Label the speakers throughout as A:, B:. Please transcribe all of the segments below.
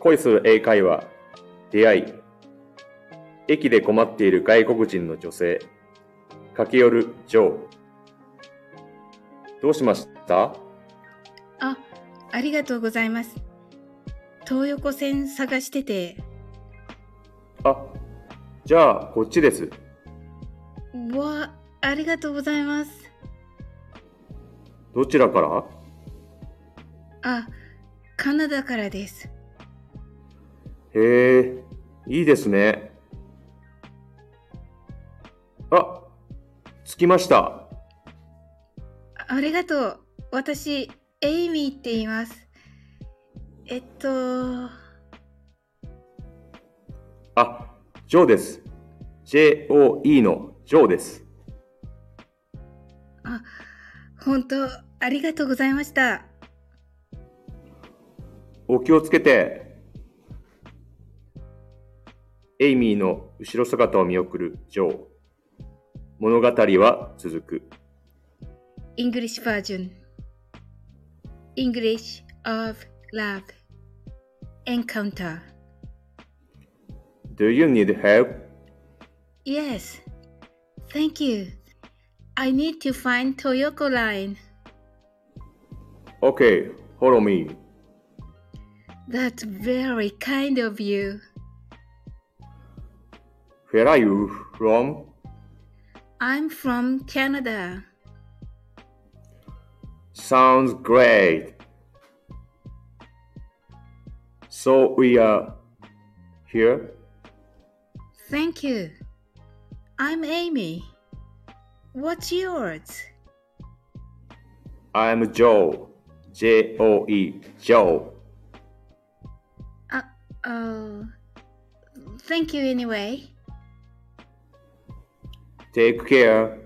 A: 恋する英会話、出会い、駅で困っている外国人の女性、駆け寄るジョー。どうしました
B: あ、ありがとうございます。東横線探してて、
A: あ、じゃあこっちです。
B: うわ、ありがとうございます。
A: どちらから
B: あ、カナダからです。
A: へえ、いいですね。あ、着きました。
B: ありがとう。私、エイミーって言います。えっと、
A: あ、ジョーです。J-O-E のジョーです。
B: あ、本当ありがとうございました。
A: お気をつけて。エイミーの後ろ姿を見送るジョー。物語は続く。
B: English version English of love encounter
A: Do you need help?
B: Yes thank you I need to find Toyoko line
A: Okay, follow me.
B: That's very kind of you
A: Where are you from?
B: I'm from Canada
A: Sounds great. So we are here.
B: thank you I'm Amy what's yours
A: I'm Joe. J O E. Joe.
B: uh, oh thank you anyway
A: Take care.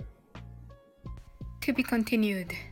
B: to be continued